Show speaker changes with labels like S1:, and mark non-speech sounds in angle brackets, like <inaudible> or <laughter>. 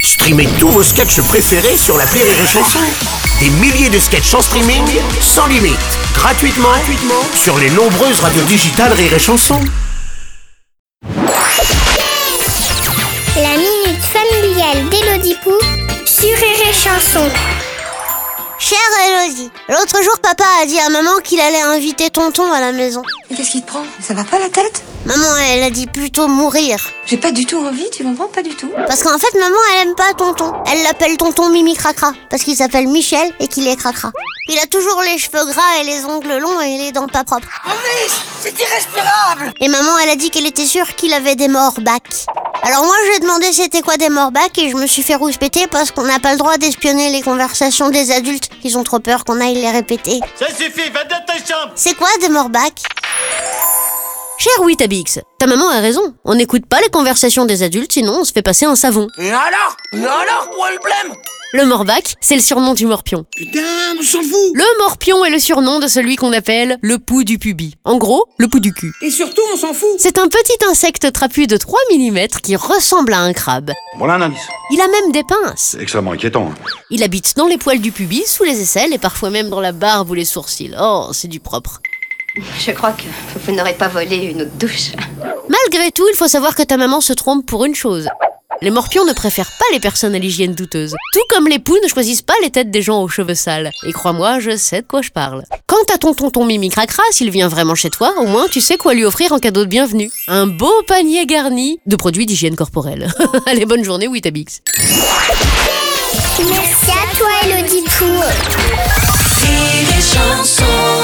S1: Streamez tous vos sketchs préférés sur la Rire et Chanson. Des milliers de sketchs en streaming, sans limite, gratuitement, gratuitement sur les nombreuses radios digitales Rire et Chanson.
S2: La minute familiale d'Élodie Pou sur Rire et Chanson.
S3: Chère Elodie, l'autre jour papa a dit à maman qu'il allait inviter tonton à la maison.
S4: Mais Qu'est-ce qui te prend Ça va pas la tête
S3: Maman, elle a dit plutôt mourir.
S4: J'ai pas du tout envie, tu comprends Pas du tout.
S3: Parce qu'en fait, maman, elle aime pas tonton. Elle l'appelle tonton Mimi Cracra. Parce qu'il s'appelle Michel et qu'il est cracra. Il a toujours les cheveux gras et les ongles longs et les dents pas propres.
S4: C'est irrespirable
S3: Et maman, elle a dit qu'elle était sûre qu'il avait des morbacs. Alors moi, j'ai demandé c'était quoi des morbacs et je me suis fait rouspéter parce qu'on n'a pas le droit d'espionner les conversations des adultes. Ils ont trop peur qu'on aille les répéter.
S5: Ça suffit, va dans ta chambre
S3: C'est quoi des morbacs
S6: Cher Witabix, ta maman a raison. On n'écoute pas les conversations des adultes, sinon on se fait passer un savon.
S5: Et alors Et alors, quoi le blême
S6: Le morbac, c'est le surnom du morpion.
S1: Putain, on s'en fout
S6: Le morpion est le surnom de celui qu'on appelle le pou du pubis. En gros, le pou du cul.
S7: Et surtout, on s'en fout.
S6: C'est un petit insecte trapu de 3 mm qui ressemble à un crabe.
S8: Voilà un indice.
S6: Il a même des pinces.
S8: C'est extrêmement inquiétant. hein.
S6: Il habite dans les poils du pubis, sous les aisselles et parfois même dans la barbe ou les sourcils. Oh, c'est du propre.
S9: Je crois que vous n'aurez pas volé une autre douche.
S6: Malgré tout, il faut savoir que ta maman se trompe pour une chose. Les morpions ne préfèrent pas les personnes à l'hygiène douteuse, tout comme les poux ne choisissent pas les têtes des gens aux cheveux sales. Et crois-moi, je sais de quoi je parle. Quant à ton tonton Mimi Cracra, s'il vient vraiment chez toi, au moins tu sais quoi lui offrir en cadeau de bienvenue. Un beau panier garni de produits d'hygiène corporelle. <laughs> Allez, bonne journée, Witabix.
S2: Merci à toi, Elodie Pou.
S4: Et les chansons